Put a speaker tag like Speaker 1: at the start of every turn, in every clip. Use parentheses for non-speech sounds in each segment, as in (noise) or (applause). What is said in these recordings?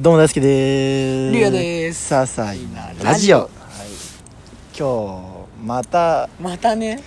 Speaker 1: どうも大好きです。
Speaker 2: リュウヤです
Speaker 1: ささいなラジオ。はい、今日また
Speaker 2: またね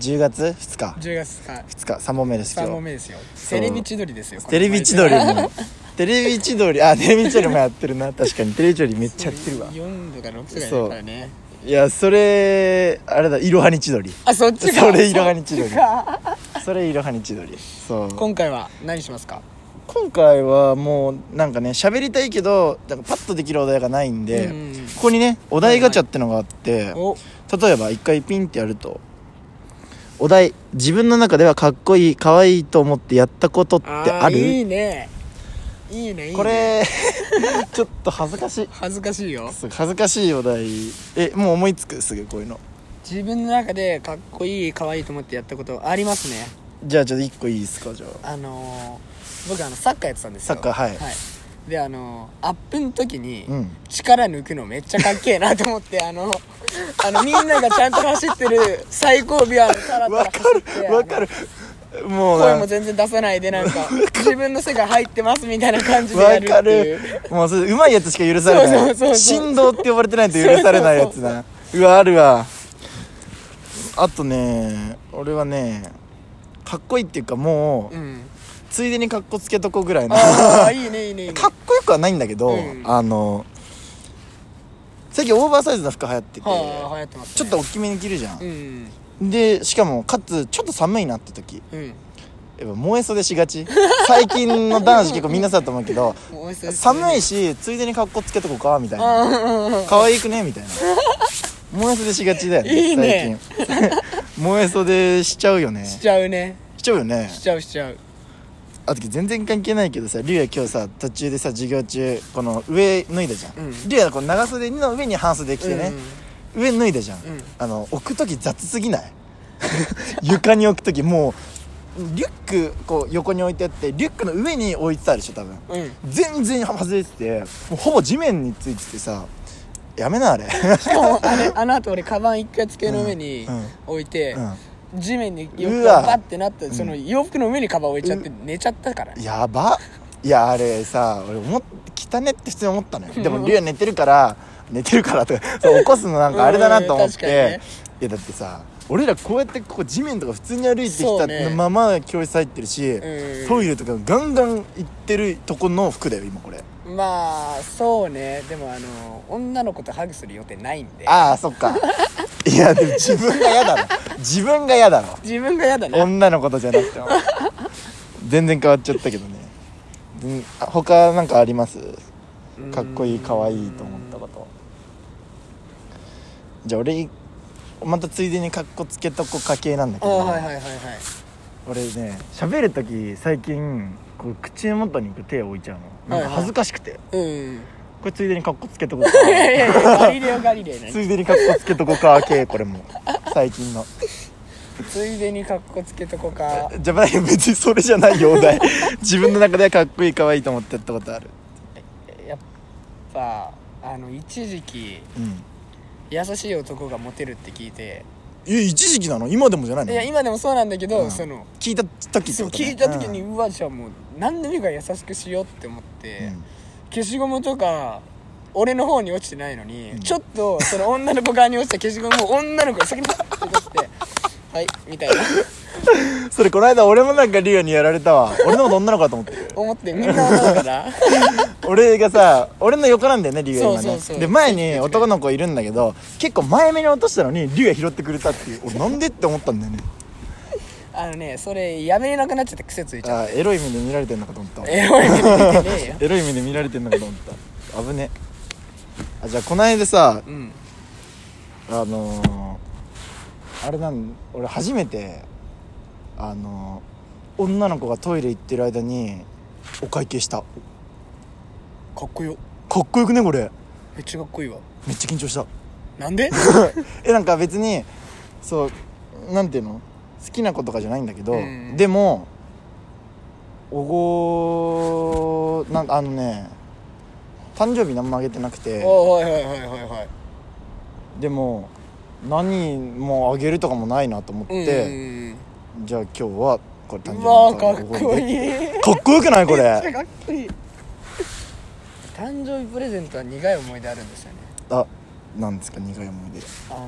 Speaker 1: 10月2日
Speaker 2: 10月はい
Speaker 1: 2日3本目です
Speaker 2: 3
Speaker 1: 今
Speaker 2: 本
Speaker 1: 日。
Speaker 2: 目ですよ
Speaker 1: そう
Speaker 2: テレビ千鳥ですよこれ
Speaker 1: テレビ千
Speaker 2: (laughs)
Speaker 1: 鳥も (laughs) テレビ千鳥あテレビ千鳥もやってるな確かにテレビ千鳥めっちゃやってるわ。
Speaker 2: 4度か6度か
Speaker 1: そう
Speaker 2: やからね
Speaker 1: いやそれあれだいろはに千鳥。
Speaker 2: あそっちか
Speaker 1: それいろはに千
Speaker 2: そっ
Speaker 1: 鳥
Speaker 2: ち。か
Speaker 1: それいろはに千鳥。そう。
Speaker 2: 今回は何しますか
Speaker 1: 今回はもうなんかね喋りたいけどなんかパッとできるお題がないんで、
Speaker 2: うんうんうん
Speaker 1: ここにねお題ガチャってのがあって、
Speaker 2: お
Speaker 1: 例えば一回ピンってやるとお題自分の中ではかっこいい可愛いと思ってやったことってあ
Speaker 2: ー
Speaker 1: る
Speaker 2: いいねいいねいいね
Speaker 1: これちょっと恥ずかしい
Speaker 2: 恥ずかしいよ
Speaker 1: そう恥ずかしいお題えもう思いつくすぐこういうの
Speaker 2: 自分の中でかっこいい可愛いと思ってやったことありますね
Speaker 1: じゃあちょっと一個いいですかじゃ
Speaker 2: あのー僕あのサッカーやってたんです
Speaker 1: サ
Speaker 2: よ
Speaker 1: ッカーはい
Speaker 2: であのーアップの時に、
Speaker 1: あうん
Speaker 2: 力抜くのめっちゃかっけえなと思ってあの
Speaker 1: (laughs)
Speaker 2: あのみんながちゃんと走ってる最後尾はタラタラ
Speaker 1: わか
Speaker 2: 走って
Speaker 1: るわかるも
Speaker 2: あ
Speaker 1: う
Speaker 2: の声も
Speaker 1: な
Speaker 2: 全然出さないでなんか自分の世界入ってますみたいな感じでや
Speaker 1: わ
Speaker 2: る
Speaker 1: か
Speaker 2: ってい
Speaker 1: る
Speaker 2: う
Speaker 1: もうそれうまいやつしか許されない
Speaker 2: そうそうそうそう
Speaker 1: 振動って呼ばれてないと許されないやつだうわあるわあとね俺はねかっこいいっていうかもう、
Speaker 2: うん
Speaker 1: ついでにかっこつけとこぐらいのか
Speaker 2: ああ
Speaker 1: (laughs)
Speaker 2: いいねいいねいいね
Speaker 1: っこよくはないんだけど、
Speaker 2: うん
Speaker 1: あの最近オーバーサイズの服流行ってて、
Speaker 2: はあ流行ってます、ね、
Speaker 1: ちょっと大きめに着るじゃん
Speaker 2: う、ん
Speaker 1: でしかもかつちょっと寒いなって時
Speaker 2: うん
Speaker 1: やっぱ燃え袖しが
Speaker 2: (laughs)
Speaker 1: ち最近の男子結構みんなそうだと思うけど
Speaker 2: もうおいしそうです
Speaker 1: 寒いしついでにかっこつけとこうかみたいな
Speaker 2: うんうんうん
Speaker 1: 可愛くねみ
Speaker 2: (laughs)
Speaker 1: たいな燃え袖しがちだよね
Speaker 2: いいね
Speaker 1: 最近 (laughs) 燃え袖しちゃうよね
Speaker 2: しちゃうね
Speaker 1: しちゃうよね
Speaker 2: しちゃうしちゃう
Speaker 1: あと全然関係ないけどさリュウヤ今日さ途中でさ授業中この上脱いだじゃん、
Speaker 2: うん
Speaker 1: リュウヤこの長袖の上に半袖着てね、上脱いだじゃん、
Speaker 2: うん
Speaker 1: あの置く時雑すぎない (laughs) 床に置く時もうリュックこう横に置いてあってリュックの上に置いてたでしょ多分
Speaker 2: うんうん
Speaker 1: 全然外れててもうほぼ地面についててさやめなあれ
Speaker 2: しかもあれあの後俺カバン一回机の上に
Speaker 1: うんうん
Speaker 2: 置いて、
Speaker 1: う
Speaker 2: 地面に洋
Speaker 1: う
Speaker 2: 服
Speaker 1: わ
Speaker 2: がバッてなったその洋服の上にカバン置いちゃって寝ちゃったから
Speaker 1: んやばいやあれさ俺思っ汚ねって普通に思ったのよでもリュウ寝てるから寝てるからとかそう起こすのなんかあれだなと思っ
Speaker 2: うん確かにね
Speaker 1: ていやだってさ俺らこうやってここ地面とか普通に歩いて
Speaker 2: そう
Speaker 1: き
Speaker 2: ね
Speaker 1: たまま教室入ってるし
Speaker 2: うん
Speaker 1: トイレとかガンガン行ってるとこの服だよ今これ
Speaker 2: まあそうねでもあの女の子とハグする予定ないんで
Speaker 1: ああそっかいやでも自分が嫌だ
Speaker 2: (laughs)
Speaker 1: ろ自分が嫌だろ
Speaker 2: 自分が嫌だな
Speaker 1: 女のことじゃなくても全然変わっちゃったけどねうんあ他なんかありますかっこいい可愛いと思ったことじゃあ俺またついでにかっこつけとこ家系なんだけ
Speaker 2: あ
Speaker 1: ど、
Speaker 2: はいはいはいはい
Speaker 1: 俺ね喋る時最近こう口元に手を置いちゃうのなんか恥ずかしくて、
Speaker 2: うん
Speaker 1: これついでにかっこつけ (laughs) とこか
Speaker 2: いやいやいやガリレオガリレイ
Speaker 1: つ
Speaker 2: ね
Speaker 1: いでにかっこつけとこ家系これも最近の
Speaker 2: ついでにかっこつけとこか
Speaker 1: じゃあ別にそれじゃないよお題自分の中ではかっこいい可愛いと思ってやったことある
Speaker 2: やっぱあの一時期
Speaker 1: うん
Speaker 2: 優しい男がモテるって聞いて
Speaker 1: え一時期なの今でもじゃない
Speaker 2: い
Speaker 1: の
Speaker 2: や今でもそうなんだけど、
Speaker 1: うん
Speaker 2: その
Speaker 1: 聞いた時って
Speaker 2: そう
Speaker 1: こと、ね、
Speaker 2: 聞いた時に、うわじゃあもう何でもいいから優しくしようって思っ
Speaker 1: うん、
Speaker 2: て、
Speaker 1: うん
Speaker 2: 消しゴムとか俺の方に落ちてないのに、
Speaker 1: うん
Speaker 2: ちょっとその女の子側に落ちた消しゴムを女の子が先にパッて出して (laughs) 「はい」みたいな
Speaker 1: それこの間俺もなんかリオにやられたわ俺のこと女の子だと思ってる
Speaker 2: 思ってみんな女
Speaker 1: (laughs)
Speaker 2: だから
Speaker 1: 俺がさ俺の横なんだよねリオは今ね
Speaker 2: そうそうそう
Speaker 1: で前に男の子いるんだけど結構前目に落としたのにリオが拾ってくれたっていう俺なんでって思ったんだよね
Speaker 2: あのねそれやめれなくなっちゃって癖ついち
Speaker 1: あ
Speaker 2: ゃう
Speaker 1: ーエロい目で見られてんのかと思った
Speaker 2: エロい目で見てねえよ
Speaker 1: (laughs) エロい目で見られてんのかと思った危ねあじゃあこの間さ
Speaker 2: うん
Speaker 1: あのー、あれなん俺初めてあのー、女の子がトイレ行ってる間にお会計した
Speaker 2: かっこよ
Speaker 1: かっこよくねこれ
Speaker 2: めっちゃかっこいいわ
Speaker 1: めっちゃ緊張した
Speaker 2: なんで
Speaker 1: (laughs) えなんか別にそうなんていうの好きな子とかじゃないんだけど、
Speaker 2: うん
Speaker 1: でもおごなんあのね誕生日何もあげてなくて
Speaker 2: (laughs) おーはいはいはいはいはい
Speaker 1: でも何もあげるとかもないなと思っ
Speaker 2: うん
Speaker 1: て、じゃあ今日はこれ誕生
Speaker 2: う
Speaker 1: 日
Speaker 2: わーかっ
Speaker 1: おご
Speaker 2: こ
Speaker 1: りで
Speaker 2: いい
Speaker 1: かっこよくないこ
Speaker 2: めっちゃ
Speaker 1: れ
Speaker 2: かっこいい誕生日プレゼントは苦い思い出あるんですよね
Speaker 1: あなんですか苦い思い出
Speaker 2: あの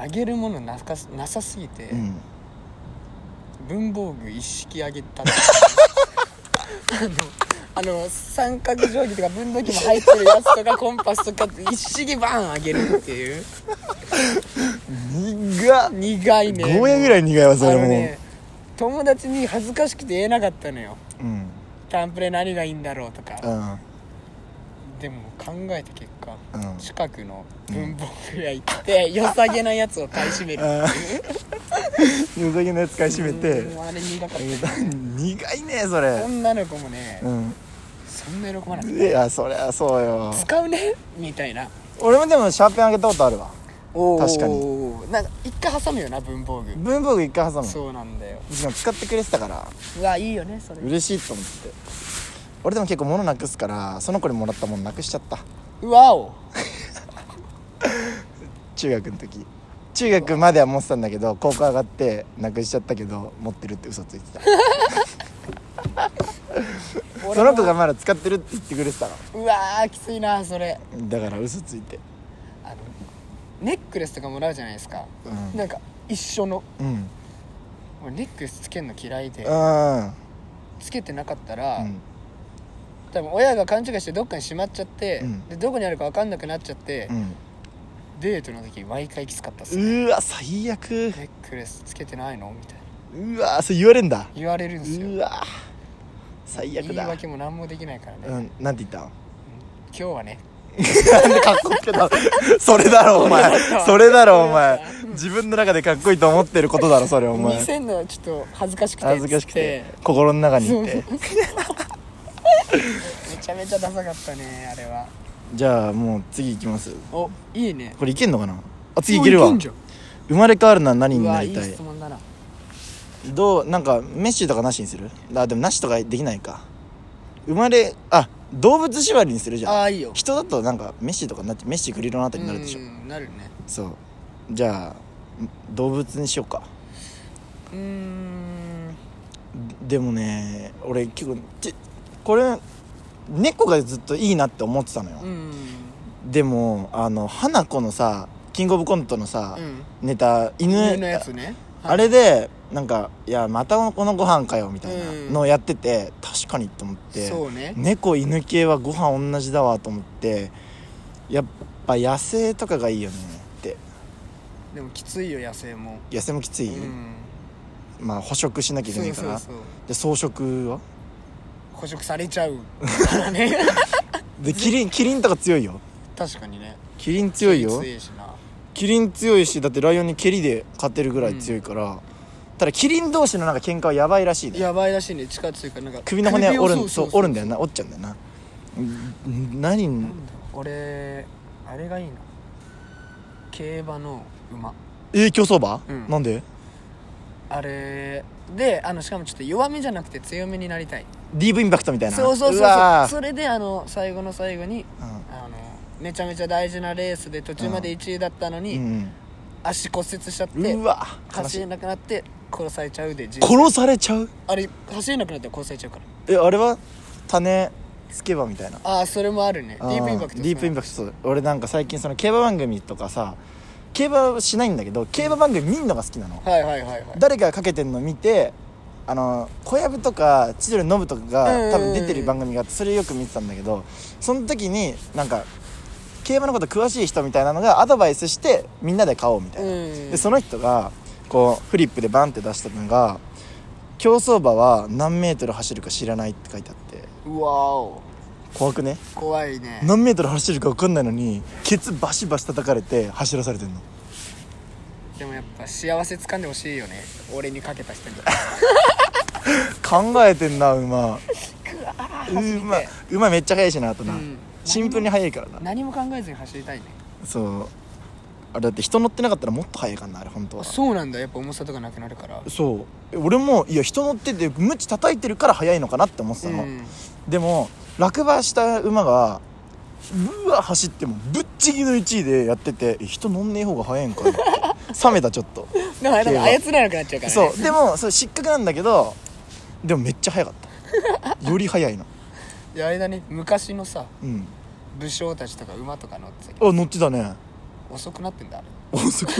Speaker 2: ーあげるものなかすなさすぎて、
Speaker 1: うん
Speaker 2: 文房具一式あげたって (laughs) あのあの三角定規とか分度器も入ってるやつとかコンパスとか一式バーンあげるっていう
Speaker 1: 苦っ
Speaker 2: 苦いね
Speaker 1: ゴーヤぐらい苦いわそれ
Speaker 2: あ
Speaker 1: も、
Speaker 2: のね友達に恥ずかしくて言えなかったのよ
Speaker 1: うん
Speaker 2: タンプレ何がいいんだろうとか
Speaker 1: うん
Speaker 2: でも考えた結果、
Speaker 1: うん
Speaker 2: 近くの文房具屋行って良さげなやつを買い占める
Speaker 1: あーよさげのやつ買い占めて
Speaker 2: うんあれ苦かった
Speaker 1: えー苦いねそれ
Speaker 2: 女の子もね、
Speaker 1: うん
Speaker 2: そんな喜ばなく
Speaker 1: い
Speaker 2: て
Speaker 1: やそりゃそうよ
Speaker 2: 使うねみたいな
Speaker 1: 俺もでもシャーペンあげたことあるわ
Speaker 2: おー
Speaker 1: 確か
Speaker 2: なんか一回挟むよな文房具
Speaker 1: 文房具一回挟むしか
Speaker 2: そうなんだよ
Speaker 1: も使ってくれてたから
Speaker 2: うわいいよねそれ
Speaker 1: 嬉しいと思って俺でも結構物なくすからその子にもらったものなくしちゃった
Speaker 2: うわお
Speaker 1: 中学の時中学までは持ってたんだけど高校上がってなくしちゃったけど持ってるって嘘つい
Speaker 2: (laughs)
Speaker 1: てたその子がまだ使ってるって言ってくれてたの
Speaker 2: うわーきついなそれ
Speaker 1: だから嘘ついて
Speaker 2: あのネックレスとかもらうじゃないですか、
Speaker 1: うん
Speaker 2: なんか一緒の
Speaker 1: うん
Speaker 2: 俺ネックレスつけるの嫌いで
Speaker 1: うん
Speaker 2: つけてなかったら、
Speaker 1: うん
Speaker 2: 多分親が勘違いしてどっかにしまっちゃって、
Speaker 1: うん
Speaker 2: でどこにあるか分かんなくなっちゃって、
Speaker 1: うん
Speaker 2: デートの時毎回きつかったっす
Speaker 1: う
Speaker 2: ね
Speaker 1: ーわ最悪
Speaker 2: ネックレスつけてないのみたいな
Speaker 1: うわそれ言われんだ
Speaker 2: 言われるんです
Speaker 1: う
Speaker 2: よ
Speaker 1: わ最悪
Speaker 2: 言い
Speaker 1: だ
Speaker 2: 訳も何もできないからね、
Speaker 1: う
Speaker 2: 今
Speaker 1: んなんて言ったん
Speaker 2: 日はね
Speaker 1: なんでかっこつけたのそれだろお前それだろお前自分の中でかっこいいと思ってることだろそれお前
Speaker 2: 2000のちょっと恥ずかしくて
Speaker 1: 恥ずかしくて心の中にいて
Speaker 2: めちゃめちゃダサかったねあれは
Speaker 1: じゃあもう次行きます
Speaker 2: おいいね
Speaker 1: これいけんのかなあ次いけるわ
Speaker 2: おいじ
Speaker 1: 生
Speaker 2: ゃん
Speaker 1: まれ変わるなら何
Speaker 2: う
Speaker 1: にな
Speaker 2: わ
Speaker 1: り
Speaker 2: いい
Speaker 1: たい
Speaker 2: 質問だな
Speaker 1: どうなんかメッシュとかなしにするあでもなしとかできないか生まれあ動物縛りにするじゃん
Speaker 2: ああーいいよ
Speaker 1: 人だとなんかメッシュとかになってメッシュグリロのあたりになるでしょ
Speaker 2: うんなるね
Speaker 1: そうじゃあん動物にしようか
Speaker 2: うーん
Speaker 1: でもね俺結構ちこれ猫がずっといいなって思ってたのよ
Speaker 2: う、ん
Speaker 1: でもあの花子のさキングオブコントのさ、
Speaker 2: うん
Speaker 1: ネタ犬
Speaker 2: 犬のやつね
Speaker 1: あれでなんか「いやまたこのご飯かよ」みたいな
Speaker 2: うん
Speaker 1: のをやってて、確かにと思って
Speaker 2: そうね
Speaker 1: 猫犬系はご飯同じだわと思ってやっぱ野生とかがいいよねって
Speaker 2: でもきついよ野生も
Speaker 1: 野生もきつい、
Speaker 2: うん
Speaker 1: まあ捕食しなきゃいけ
Speaker 2: そ
Speaker 1: ないうか
Speaker 2: そう
Speaker 1: ら
Speaker 2: そう
Speaker 1: で草食は
Speaker 2: 捕食されちゃうからね
Speaker 1: (laughs) でキリンキリンとか強いよ
Speaker 2: 確かにね
Speaker 1: キリン強いよ
Speaker 2: 強いしな
Speaker 1: キリン強いしだってライオンに蹴りで勝てるぐらい強いから、ただキリン同士のなんか喧嘩はやばいらしいね
Speaker 2: やばいらしいね近ついからなんか
Speaker 1: 首の骨折る
Speaker 2: 首
Speaker 1: ん
Speaker 2: を
Speaker 1: そう折るんだよな折っちゃうんだよなうん何に
Speaker 2: 俺あれがいいな競馬の馬
Speaker 1: えー、競走馬、
Speaker 2: うん
Speaker 1: なんで
Speaker 2: あれであのしかもちょっと弱めじゃなくて強めになりたい
Speaker 1: DV インパクトみたいな
Speaker 2: そうそうそうそ
Speaker 1: わ
Speaker 2: う
Speaker 1: ー
Speaker 2: それであの最後の最後にあのめちゃめちゃ大事なレースで途中まで1位だったの
Speaker 1: う
Speaker 2: に、
Speaker 1: ん、
Speaker 2: 足骨折しちゃっ
Speaker 1: う
Speaker 2: て
Speaker 1: ん、うわ悲
Speaker 2: 走
Speaker 1: し
Speaker 2: れ
Speaker 1: い
Speaker 2: なくなって殺されちゃうで人生
Speaker 1: 殺されちゃう
Speaker 2: あれ走れなくなったら殺されちゃうから
Speaker 1: えあれは種つけばみたいな
Speaker 2: ああそれもあるねディープインパクト
Speaker 1: あディープインパ
Speaker 2: パ
Speaker 1: クトそう俺なんか最近その競馬番組とかさ競馬はしないんだけど競馬番組見んのが好きなの
Speaker 2: クトはいはいはいはい
Speaker 1: 誰がかけてんの見てあの小籔とか千鳥ノブとか
Speaker 2: う
Speaker 1: が
Speaker 2: ん
Speaker 1: 多分出てる番組があってそれよく見てたんだけどその時になんか競馬のこと詳しい人みたいなのがアドバイスしてみんなで買おうみたいな、
Speaker 2: うん
Speaker 1: でその人がこうフリップでバンって出したのが「競走馬は何メートル走るか知らない」って書いてあって
Speaker 2: うわお
Speaker 1: 怖くね
Speaker 2: 怖いね
Speaker 1: 何メートル走るか分かんないのにケツバシバシ叩かれて走らされてんの
Speaker 2: でもやっぱ幸せ掴んでほしいよね俺にかけた (laughs) 人に
Speaker 1: 考えてんな馬馬馬めっちゃ速いしなあとな、
Speaker 2: うん
Speaker 1: シンプルに速いからな
Speaker 2: 何も考えずに走りたいね
Speaker 1: そうあれだって人乗ってなかったらもっと速いからなあれ本当は
Speaker 2: あそうなんだやっぱ重さとかなくなるから
Speaker 1: そうえ俺もいや人乗っててムチ叩いてるから速いのかなって思ってたの、
Speaker 2: うん
Speaker 1: でも落馬した馬がうわ走ってもぶっちぎりの1位でやっててえ人乗んねえ方が速いんかなって冷めたちょっと
Speaker 2: だからなんか操らなくなっちゃうからね (laughs)
Speaker 1: そうでもそう失格なんだけどでもめっちゃ速かったより速いの
Speaker 2: であれだね昔のさ
Speaker 1: うん
Speaker 2: 武将たちとか馬とか乗ってたけど
Speaker 1: あ乗ってたね (laughs)
Speaker 2: 遅くなってんだあれ
Speaker 1: おすごい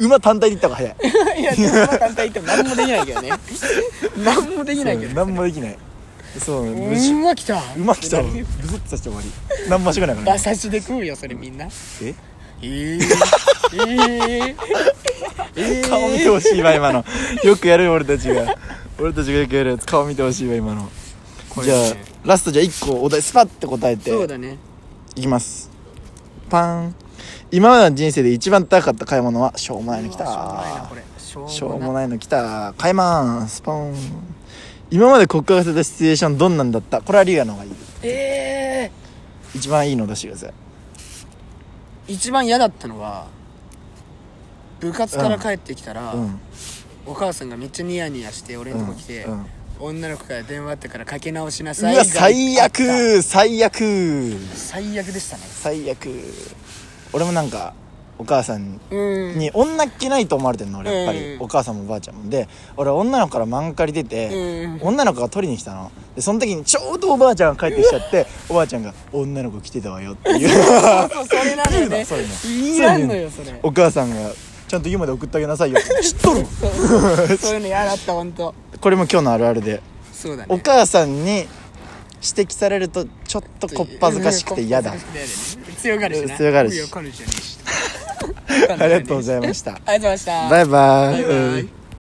Speaker 1: 馬単体で行った方が早い
Speaker 2: (laughs) いやでも馬単体行っても何もできないけどね (laughs) 何もできないけ
Speaker 1: うん
Speaker 2: ど
Speaker 1: 何もできないそうね無事
Speaker 2: 馬来た
Speaker 1: 馬来たわ
Speaker 2: で
Speaker 1: ブスッとさせて終わり何もしがないから
Speaker 2: 馬
Speaker 1: ね
Speaker 2: 刺しで食うよそれみんな
Speaker 1: え
Speaker 2: ええ (laughs) ええ
Speaker 1: 顔見てほしいわ今のよくやる俺たちが俺たちがよくやるやつ顔見てほしいわ今の
Speaker 2: これ
Speaker 1: じゃあ
Speaker 2: ね
Speaker 1: ラストじゃあ1個お題スパッて答えて
Speaker 2: そうだね
Speaker 1: いきますパン今までの人生で一番高かった買い物はしょうもないのき
Speaker 2: うわしょうもないな
Speaker 1: た
Speaker 2: これしょうもない
Speaker 1: しょうもないのきた買いまーすポン今まで告白されたシチュエーションどんなんだったこれはリアの方がいい
Speaker 2: ええ
Speaker 1: 一番いいの出してください
Speaker 2: 一番嫌だったのは部活から帰ってきたら、
Speaker 1: うん
Speaker 2: お母さんがめっちゃニヤニヤして俺のとこ来て、
Speaker 1: うんうん
Speaker 2: 女の子から電話あったからかけ直しな
Speaker 1: う
Speaker 2: さい
Speaker 1: わ
Speaker 2: が
Speaker 1: 最悪最悪
Speaker 2: 最悪でしたね
Speaker 1: 最悪俺もなんかお母さん
Speaker 2: うん
Speaker 1: に女っ気ないと思われてんの俺やっぱり、
Speaker 2: うん
Speaker 1: お母さんもおばあちゃんもで俺女の子から漫画借りてて、
Speaker 2: うん
Speaker 1: 女の子が取りに来たのでその時にちょうどおばあちゃんが帰ってきちゃっておばあちゃんが「女の子来てたわよ」って
Speaker 2: (laughs)
Speaker 1: いう
Speaker 2: そうそうそれなの
Speaker 1: 言
Speaker 2: よ
Speaker 1: うな
Speaker 2: ね
Speaker 1: そういうの
Speaker 2: いらんのよそれ
Speaker 1: お母さんが「ちゃんと家まで送ってあげなさいよ」知っとる
Speaker 2: そういうの嫌だった本当
Speaker 1: これも今日のあるあるで
Speaker 2: そうだね
Speaker 1: お母さんに指摘されるとちょっとこっぱずかしくて (laughs) 嫌だ
Speaker 2: こっぱずかしくて嫌だね強がるしな
Speaker 1: 強がるし (laughs)
Speaker 2: 強がるじゃねえし
Speaker 1: ありがとうございました
Speaker 2: ありがとうございました
Speaker 1: バイバ
Speaker 2: バイバイ